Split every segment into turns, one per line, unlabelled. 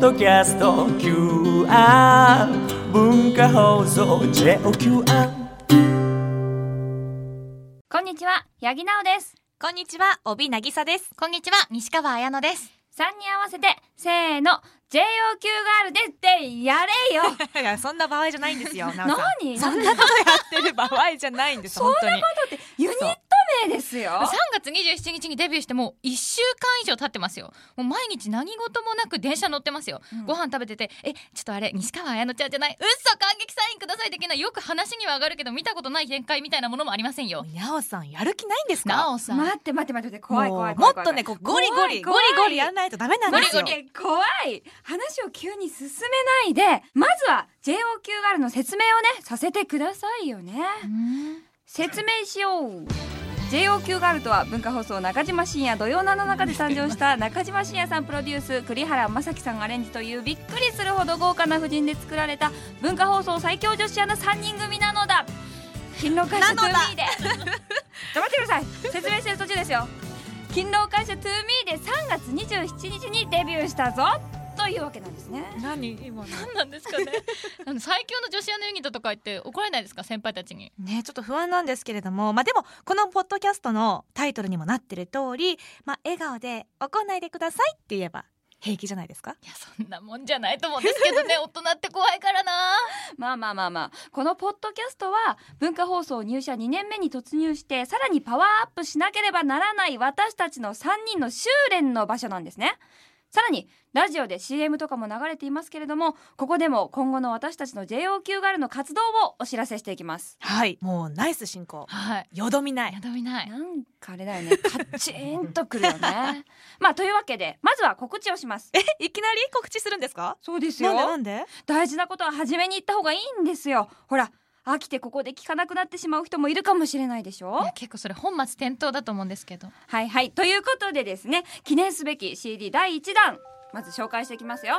ドキャスト QR 文化放送 JOQR
こんにちは、八木奈緒です。
こんにちは、帯なぎさです。こんにちは、西川彩乃です。
3人合わせて、せーの、JOQ ガールですってやれよ
いや、そんな場合じゃないんですよ。な
何
そんなことやってる場合じゃないんです。本当に。
ユニット名ですよ
3月27日にデビューしてもう1週間以上経ってますよもう毎日何事もなく電車乗ってますよ、ご飯食べてて「えちょっとあれ西川綾乃ちゃんじゃない嘘感激サインください」的なよく話には上がるけど見たことない展開みたいなものもありませんよ
なおさん、やる気ないんです
な
か。
おさん
待って待って待って、怖い怖い
も
怖いう
もっとね、こうゴリゴリ、ゴ
怖い
リゴリやんないとダメなん
ゴ
で
リ
す
ゴ
よ。
リ怖い話を急に進めないで、まずは JOQ ガールの説明をね、させてくださいよね。説明しよう JOQ ガールとは文化放送中島深夜土曜7の中で誕生した中島深夜さんプロデュース栗原正樹さんアレンジというびっくりするほど豪華な布陣で作られた文化放送最強女子アナ3人組なのだ勤労感謝 2me でちょっと待ってください説明してる途中ですよ勤労感謝 2me で3月27日にデビューしたぞというわけなんですね
何、今の。
何なんですか ねあの最強の女子アナユニットとか言って怒られないですか先輩たちに
ね、ちょっと不安なんですけれども、まあ、でも、このポッドキャストのタイトルにもなってる通り。まあ、笑顔で、怒んないでくださいって言えば、平気じゃないですか。
いやそんなもんじゃないと思うんですけ どね大人って怖いからな
まあまあまあまあこのポッドキャストは文化放送入社2年目に突入してさらにパワーアップしなければならない私たちの3人の修練の場所なんですねさらにラジオで CM とかも流れていますけれどもここでも今後の私たちの JOQ ガールの活動をお知らせしていきます
はい、もうナイス進行。
はい
よどみない
や。だみない
なんかあれだよねカチンとくるよね まあというわけでまずは告知をします
え、いきなり告知するんですか。
そうです
なんで、なんで。
大事なことは初めに言った方がいいんですよほら飽きてここで聞かなくなってしまう人もいるかもしれないでしょ
いや結構それ本末転倒だと思うんですけど
はいはい。ということでですね、記念すべき CD 第1弾。まず紹介していきますよ。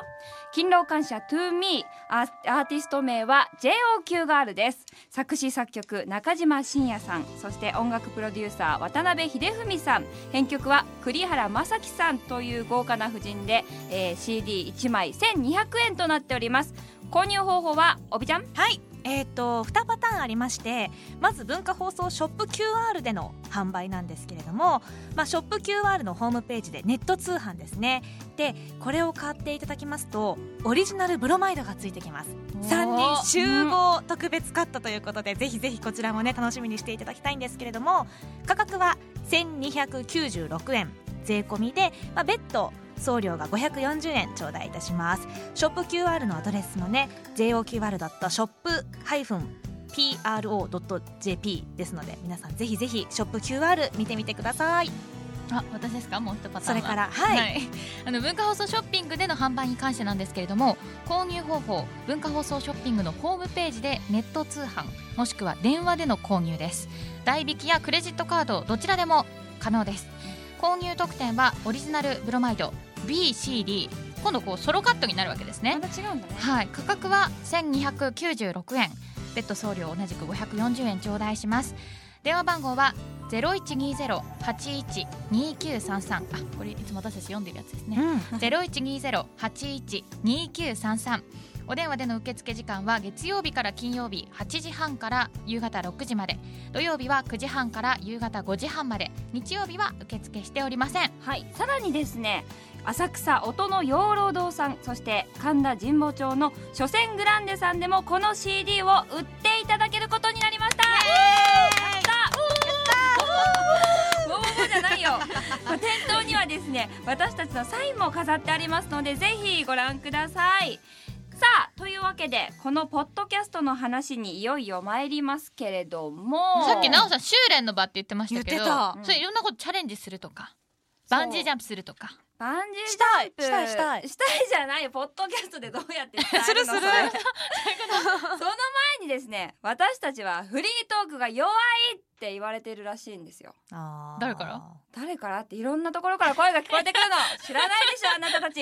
勤労感謝 to me アーアーティスト名は JOQ ガールです。作詞作曲中島信也さん、そして音楽プロデューサー渡辺秀文さん、編曲は栗原正樹さんという豪華な布陣で、え CD1 枚1200円となっております。購入方法はおびちゃん
はい、えー、と2パターンありましてまず文化放送ショップ QR での販売なんですけれども、まあ、ショップ QR のホームページでネット通販ですねでこれを買っていただきますとオリジナルブロマイドがついてきます3人集合特別カットということで、ぜひぜひこちらもね楽しみにしていただきたいんですけれども価格は1296円税込みで、まあ、別途送料が540円頂戴いたしますショップ QR のアドレスもね joqr.shop-pro.jp ですので皆さんぜひぜひショップ QR 見てみてください
あ私ですかもう一パターンは
それからはい、
はい、あの文化放送ショッピングでの販売に関してなんですけれども購入方法文化放送ショッピングのホームページでネット通販もしくは電話での購入です代引きやクレジットカードどちらでも可能です購入特典はオリジナルブロマイド BCD 今度こうソロカットになるわけですね
また違うんだね。
はい、価格は1296円別途送料同じく540円頂戴します電話番号は0120-812933あこれいつも私たち読んでるやつですね
うん
0120-812933お電話での受付時間は月曜日から金曜日8時半から夕方6時まで土曜日は9時半から夕方5時半まで日曜日は受付しておりません
はい、さらにですね浅草音の養老堂さんそして神田神保町の書店グランデさんでもこの CD を売っていただけることになりましたやったやったウォーウォーウォーじゃないよ店頭にはですね私たちのサインも飾ってありますのでぜひご覧くださいさあというわけでこのポッドキャストの話にいよいよ参りますけれども
さっき奈緒さん修練の場って言ってましたけど
言ってた
それいろんなことチャレンジするとかバンジージャンプするとか
バンジー
したい
ジャンプ
したいしたい
したいじゃないよポッドキャストでどうやって伝えの
するする
それその前にですね私たちはフリートークが弱いって言われてるらしいんですよ
あー
誰から
誰からっていろんなところから声が聞こえてくるの知らない でしょあなたたち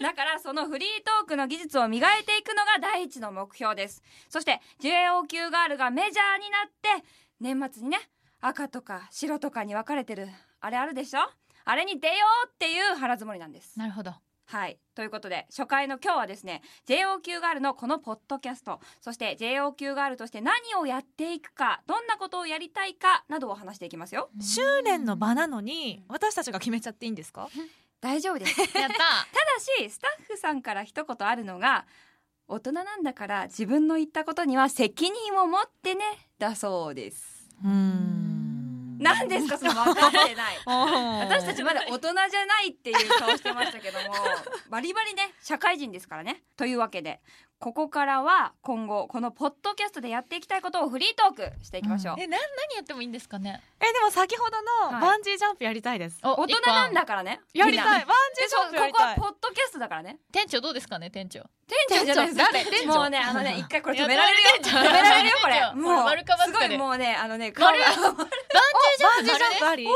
だからそのフリートークの技術を磨いていくのが第一の目標ですそして JOQ ガールがメジャーになって年末にね赤とか白とかに分かれてるあれあるでしょあれに出ようっていう腹積もりなんです
なるほど
はいということで初回の今日はですね JOQ ガールのこのポッドキャストそして JOQ ガールとして何をやっていくかどんなことをやりたいかなどを話していきますよ
修練の場なのに私たちが決めちゃっていいんですか
大丈夫ですただ
やった
しスタッフさんから一言あるのが大人なんだから自分の言ったことには責任を持ってねだそうです
うーん
何ですかその分かってない私
私
たちまだ大人じゃないっていう顔してましたけどもバリバリね社会人ですからねというわけでここからは今後このポッドキャストでやっていきたいことをフリートークしていきましょう、
えな何やってもいいんですかね
えでも先ほど
は
の
い
バンジージャンプやりたいです、
お
大人なん
一
だからね
やりた
みん
い
な
バンジージャンプ
で
や
そう
り
ここ
た
はいポッドキャストだからね
個店長どうですかね店長
店長じゃないです
誰店長
もうねあのね一回これ止められる
いや
よ止められるよこ
店長
れ
これ
も
丸か
う
バツ
す
か
ご
で
いもうねあのね顔が
丸
丸
バ
バン
ン
ジ
ジージ
ージャ
ャ
ン
ン
プ
プ
あれ
あり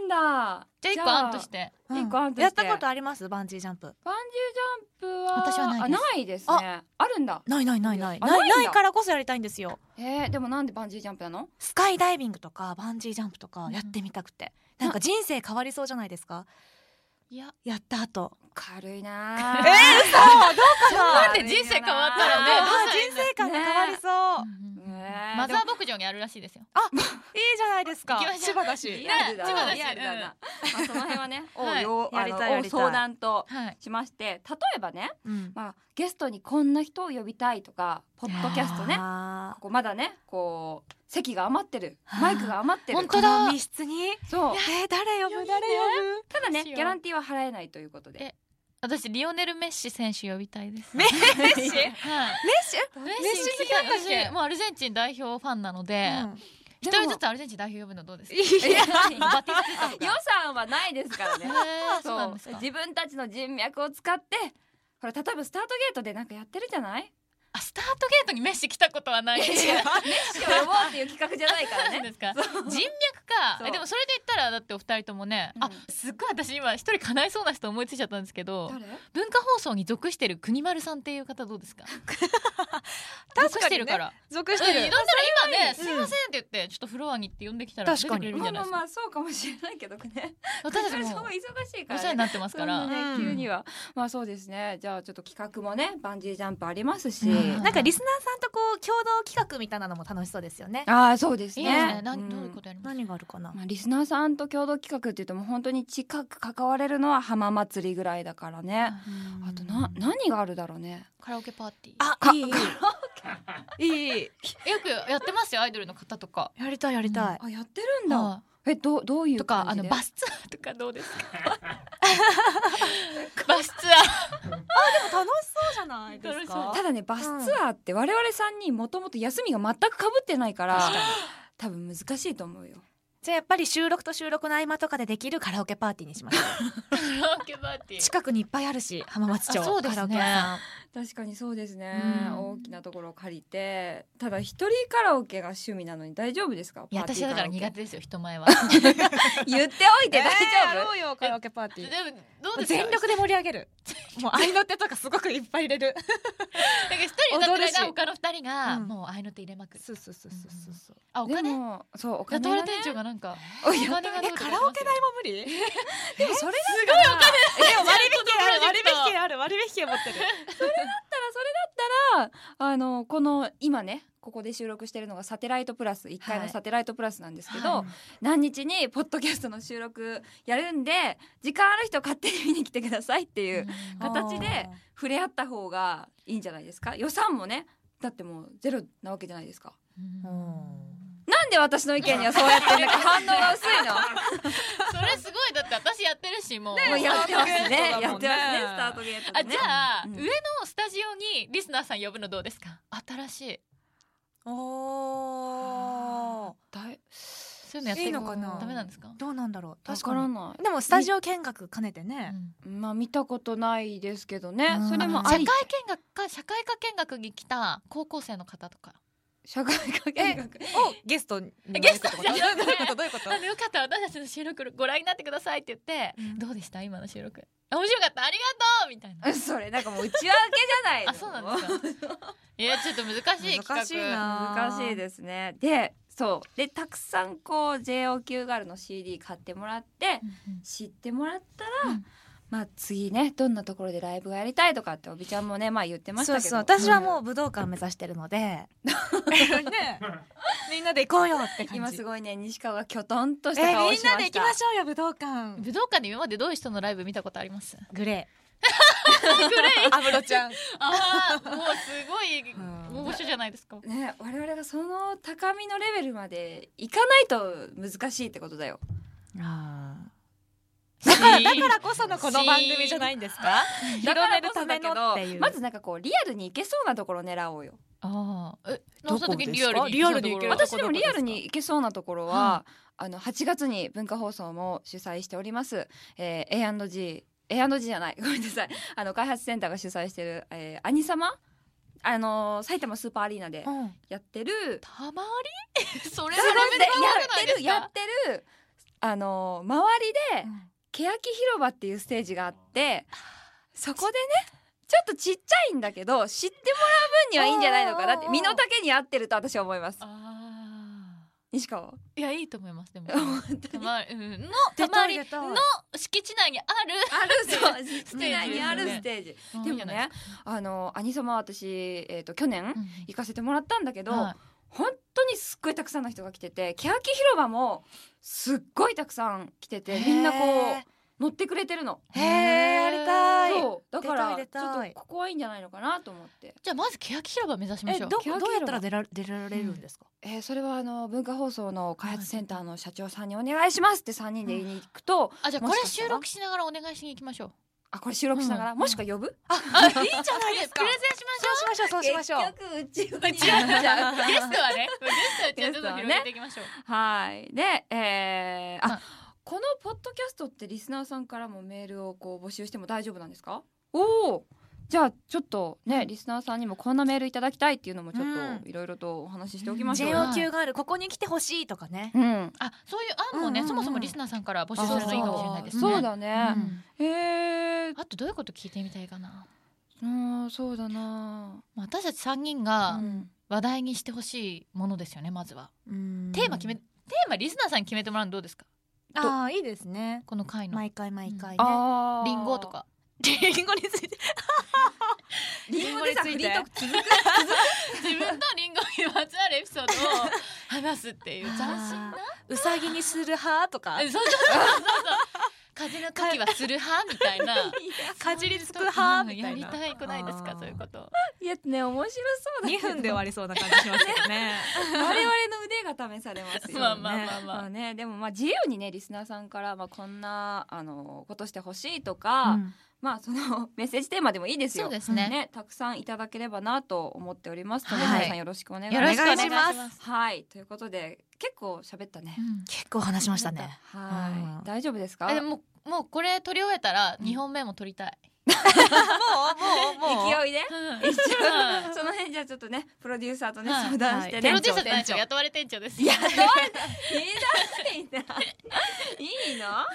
なんだ
じゃあ一個案として
うん一個あるとして
やったことありますバンジージャンプ
バンジージャンプは
私はないです
あないですねあるんだ
ないないないない
あ
ない
ないんだ
ないからこそやりたいんですよ
えー、でもなんでバンジージャンプなの
スカイダイビングとかバンジージャンプとかやってみたくて、なんか人生変わりそうじゃないですか
いや
やった後
軽いなー
嘘どう
なんで人生変わったらね
あー人生観が変わりそう、
うんうん
ねえ
マザー牧場にあるらしいですよ
いいじゃないですか
行きましょう
千葉だし
い
リ
や
アルだ
千葉だし
リアルだな、まあ、その辺はねをよう
や
あ
り
の
たいやりたい
を相談と
はい
しまして例えばね、
うん
まあ、ゲストにこんな人を呼びたいとかポッドキャストね
あ
ここまだねこう席が余ってる
あー
マイクが余ってる
本
ー
当
こ
だ
の密室に
そう
えー誰呼ぶ誰呼
ただね
どうし
ギ
よう
ャランティーは払えないということで
え私リオネル・メッシ選手呼びたいです
ぶメッシメッ
はい
シ
メッシ好きなんだっ けもうアルゼンチン代表ファンなので一
で
人
も
ずつアルゼンチン代表呼ぶのどうですか
い
いや
バティスティさんとか
予算はないですからね
へーそうな
そ
ん
う
ですか
自分たちの人脈を使ってほら例えばスタートゲートでなんかやってるじゃない
あスタートゲートにメッシ来たことはない
いやいやメッシを呼ぼうっていう企画じゃないから
なん
ね
ですか人脈か
そう
えでもそれで言ったらだってお二人ともね、
うん
あすっごい私今一人叶いそうな人思いついちゃったんですけど
誰
文化放送に属してる国丸さんっていう方どうですか
確かにね
属してるから
属し
うん
て
いろん
る
な今ね「
そ
す
れは
い
いい
ません」って言ってちょっとフロアに行って呼んできたら出てくれるん
ま
じ
あ
ゃない
まあ
ですか
まあそうかもしれないけどね
私たち
それそ
も
こ忙しいか
お
ら
世話になってますから、
そんなね
うん
急にはまあそうですねじゃあちょっと企画もねバンジージャンプありますし、
うん
なんかリスナーさんとこう共同企画みたいなのも楽しそうですよね
ああそうです
い
ね
いですね、な
うん
ん、どういうことやります
何があるかな
まあ、リスナーさんと共同企画って言っても本当に近く関われるのは浜祭りぐらいだからね、あとな何があるだろうね
カラオケパーティー
あ
か
いいいいいい
よくやってますよアイドルの方とか。
やりたいやりたい
あやってるんだ、
は
えどどうい
いうとかあ
感じ
の
で
バスツアーとかどうですか バスツア
楽しそうじゃない
ですか
ただねバスツアーって我々さんにもともと休みが全く被ってないから多分難しいと思うよ
じゃあやっぱり収録と収録の合間とかでできるカラオケパーティーにしましょ
ーカラオケパーティ
う
ー
近くにいっぱいあるし浜松町
あそうですね
カラオケ屋さん
確かにそうですね
うん
大きなところを借りてただ一人カラオケが趣味なのに大丈夫ですか
いや
パーティ
私
ー
だか
カラ
ら苦
オケ
手ですよ人前は
言ってお いて大丈夫、
うよ
カラ
オケパーテ
でもどうですか
全力で盛り上げる もう愛の手とかすごくいっぱい入れる
なんか一人歌ってる
踊るし
間他の二人が、
うん
もう愛の手入れまくる
そうそうそうそうそうそう
あお
で
金
もそうお金
雇わ
が
れ
ね
店長がなんか
お
お金が
えカラオケ代も無理
でもそれだったら
でも割
割引券
ある割引券持ってる
それだったらあのこの今ねここで収録してるのがサテライトプラス1階
は
の
い
サテライトプラスなんですけど、
は
何日にポッドキャストの収録やるんで時間ある人勝手に見に来てくださいっていう
あ
形で触れ合った方がいいんじゃないですか予算もねだってもうゼロなわけじゃないですか
うん
なんで私の意見にはそうやってなんか反応が薄 いの
それすごいだって私やってるしもう
もうやってますね
そうだ
や
も
っ
ん
て
ね
ますねスタートゲート
あ
で、
じ
ね、
ゃあ、
うん
上のスタジオにリスナーさん呼ぶのどうですか新しい
おー
だい
そういうのやって
いいのかな
ダメなんですか、
どうなんだろう
わ
確
か
からに
ない
でもスタジオ見学兼ねてね
まあ見たことないですけどね
うん
それも
社
あ
会見
り
学か社会科見学に来た高校生の方とか
社会科見学
をゲストに
ゲストじゃなく
ど
て
ういうことどういうこと
あのよかったら私たちの収録ご覧になってくださいって言って、
うん
どうでした今の収録あ面白かったありがとうみたい な
それなんかもう内訳じゃないの
あそうなんですかいやちょっと難しい企画
難しいな
難しいですねでそうでたくさんこう JOQ ガールの CD 買ってもらって
うんうん
知ってもらったら、
うん
まあ次ねどんなところでライブやりたいとかっておびちゃんもねまあ言ってました
そ
け
う
ど
そう私はもう武道館目指してるので、 ね、みんなで行こうよって感じ
今すごいね西川がきょとんとし
え
た顔を
み
し
ん
ました
なで行きましょうよ武道館
武道館で今までどういう人のライブ見たことあります
グレーグレ ー安室ちゃん
ああもうすごい
ん
大御所じゃないですか
ね我々がその高みのレベルまで行かないと難しいってことだよ
あ
だから
だからこそのこの番組じゃないんですか
だ
広
か
め
ら
る
こ
た
そ
め
だけ
の
ど
っていう
まずなんかこうリアルに行けそうなところ狙おうよ
ああえ
どこですか
直した時リアルに
リアルに行ける
私
私でもリアルに行けそうなところは
は、
あの8月に文化放送も主催しております、えー、A&G A&G じゃないご めんなさいあの開発センターが主催してる、えー、アニサマあのー埼玉スーパーアリーナで
うん
やってる
たまり それ
や
調べて
っ
な
て
いで
る
す
や
か
ってるあのー周りで欅広場っていうステージがあってそこでねちょっとちっちゃいんだけど知ってもらう分にはいいんじゃないのかなって身の丈に合ってると私は思います
あ
西川は
ーいやいいと思いますでも
本当に
たまうんの
手
たまり
トイレと
の敷地内にある
あるそう 室
テー
内
ジ
にあるステージ、
うん
で
いい
も
じゃない
ねあのアニソマは私、えー、と去年
うん
行かせてもらったんだけど、
はい
本当にすっごいたくさんの人が来てて欅広場もすっごいたくさん来ててみんなこ
へ
う乗ってくれてるの。
へえやりたい
そうだから
出
ち
たい出
ょ
た
っ
い
とここはいいんじゃないのかなと思って、
じゃあまず欅広場目指しま
え
しょ
どど
う
キャーキャー
うやったら出ら出られるんですか、
えーそれはあの文化放送の開発センターの社長さんにお願いしますって3人で言いに行くと、
あじゃあ
も
こ
し
れ
かしたら
収録しながらお願いしに行きましょう
あこれ収録しながら、
うん
もしくは呼ぶ、
あいいじゃない ですか
プレゼンしましょう
そうしましょうそうしましょう
結局うちはに
ゲストはね、ゲストはちょっと広げていきましょう。
はい。で、えー、
ま
あ
あ、
このポッドキャストってリスナーさんからもメールをこう募集しても大丈夫なんですか？おお。じゃあちょっとねリスナーさんにもこんなメールいただきたいっていうのもちょっ
う
といろいろとお話ししておきましょうよ。
JOQ ガールここに来てほしいとかね
うん。
あ、そういう案もね、
うんうんうん
そもそもリスナーさんから募
あ
集するのいいかもしれないですね。
そうだね。ええー
あとどういうこと聞いてみたいかな。
うん、そうだな。
まあ私たち三人
う
が
ん
話題にしてほしいものですよね、まずは。テ
テ
ーマ決め、テーマリスナーさんに決めてもらうのどうですか。
ああいいですね
この回の。
毎回毎回ね、
ああ。
リンゴと。か。
リンゴについて
リンゴでさフ
リンゴについて
リートーク続く。
自分のリンゴにまつわるエピソードを話すっていう斬新な。
うさぎにする派とか
そうそうそうそう。風の時はする派みたいな。
かじりつく派みた
や
い
り
な
たいくないです
あ
か
ー
そういうこと。
いやね面白そうだけ
2
ど。
分で終わりそうな感じしますけどね
我々の腕が試されますよ。
まあまあまあま
ま
あ
あ。ね、でもまあ自由にねリスナーさんからまあこんなあのことしてほしいとか、まあその メッセージテーマでもいいですよ。
そうです
ね
ね。
たくさんいただければなと思っておりますので、
はい
皆さんよろしくお願いし
よ
ま
ろ
す。
しくお願いします
はいということで結構喋ったね。
結構話しまし たね
は
うん
い大丈夫ですか？
えでももうこれ撮り終えたら二本目も撮りたい。
もうもうもう
勢いで。
うん
一
う
応
ん
その辺じゃあちょっとねプロデューサーとね
はい
相談してね。
プロデューサーじゃないで
店
すよ
長
雇われ店長です。
いや、どう いいな、いいな。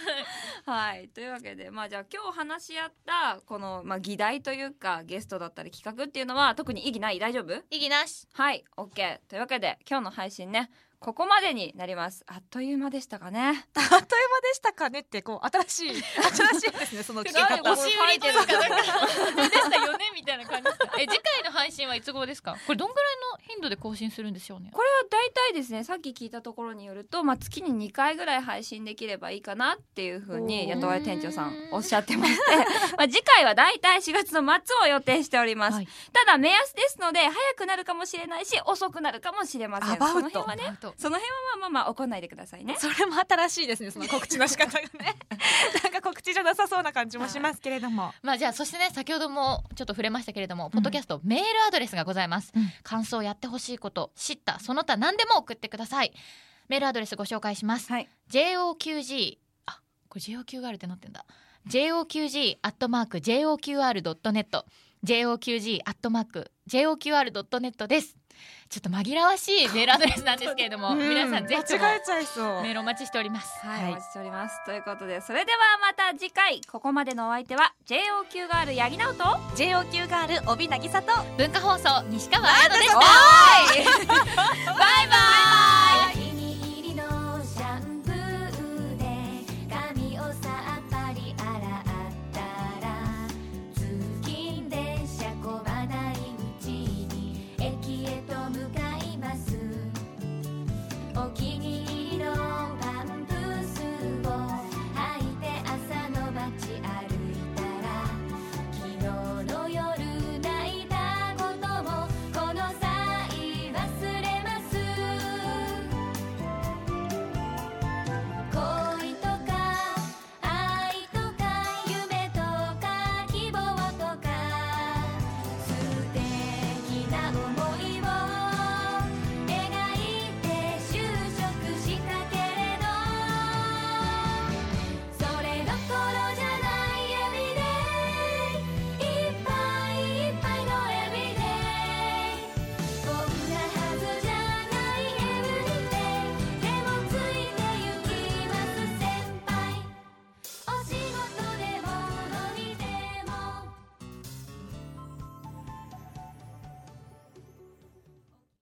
はい、というわけで、まあ、じゃあ、今日話し合った、この、まあ、議題というか、ゲストだったり、企画っていうのは、特に意義ない、大丈夫。
意義なし。
はい、オッケー、というわけで、今日の配信ね、ここまでになります。あっという間でしたかね。
あっという間でしたかねってこう新しい 新しいですねその聞き
すご
方
い
押し売りというかなんか でしたよねみたいな感じですか。え次回の配信はいつ頃ですか。これどんぐらいの頻度で更新するんでしょうね。
これは大体ですね、さっき聞いたところによると、まあ、月に2回ぐらい配信できればいいかなっていうふうに、
おー
雇われ店長さんおっしゃってまして、まあ、次回は大体4月の末を予定しております。
はい
ただ目安ですので早くなるかもしれないし遅くなるかもしれません
アバウト
その辺はね
あと
その辺はまあまあまあ怒んないでくださいね
それも新しいですねその告知の仕方がね なんか告知じゃなさそうな感じもしますけれども
まあじゃあそしてね先ほどもちょっと触れましたけれども、ポッドキャストメールアドレスがございます、
うん
感想やってほしいこと知ったその他何でも送ってくださいメールアドレスご紹介します、
はい
JOQG あこれ JOQ があるってなってんだ JOQG アットマーク JOQR.net JOQG アットマーク JOQR.net ですちょっと紛らわし いメールアドレスなんですけれども、
うん
皆さんぜひとも
間違えちゃいそう
メールお待ちしております
はい、
はい
お待ちしておりますということでそれではまた次回ここまでのお相手は JOQ ガール八木直人
JOQ ガール帯渚と
文化放送西川アートでした
バイバイ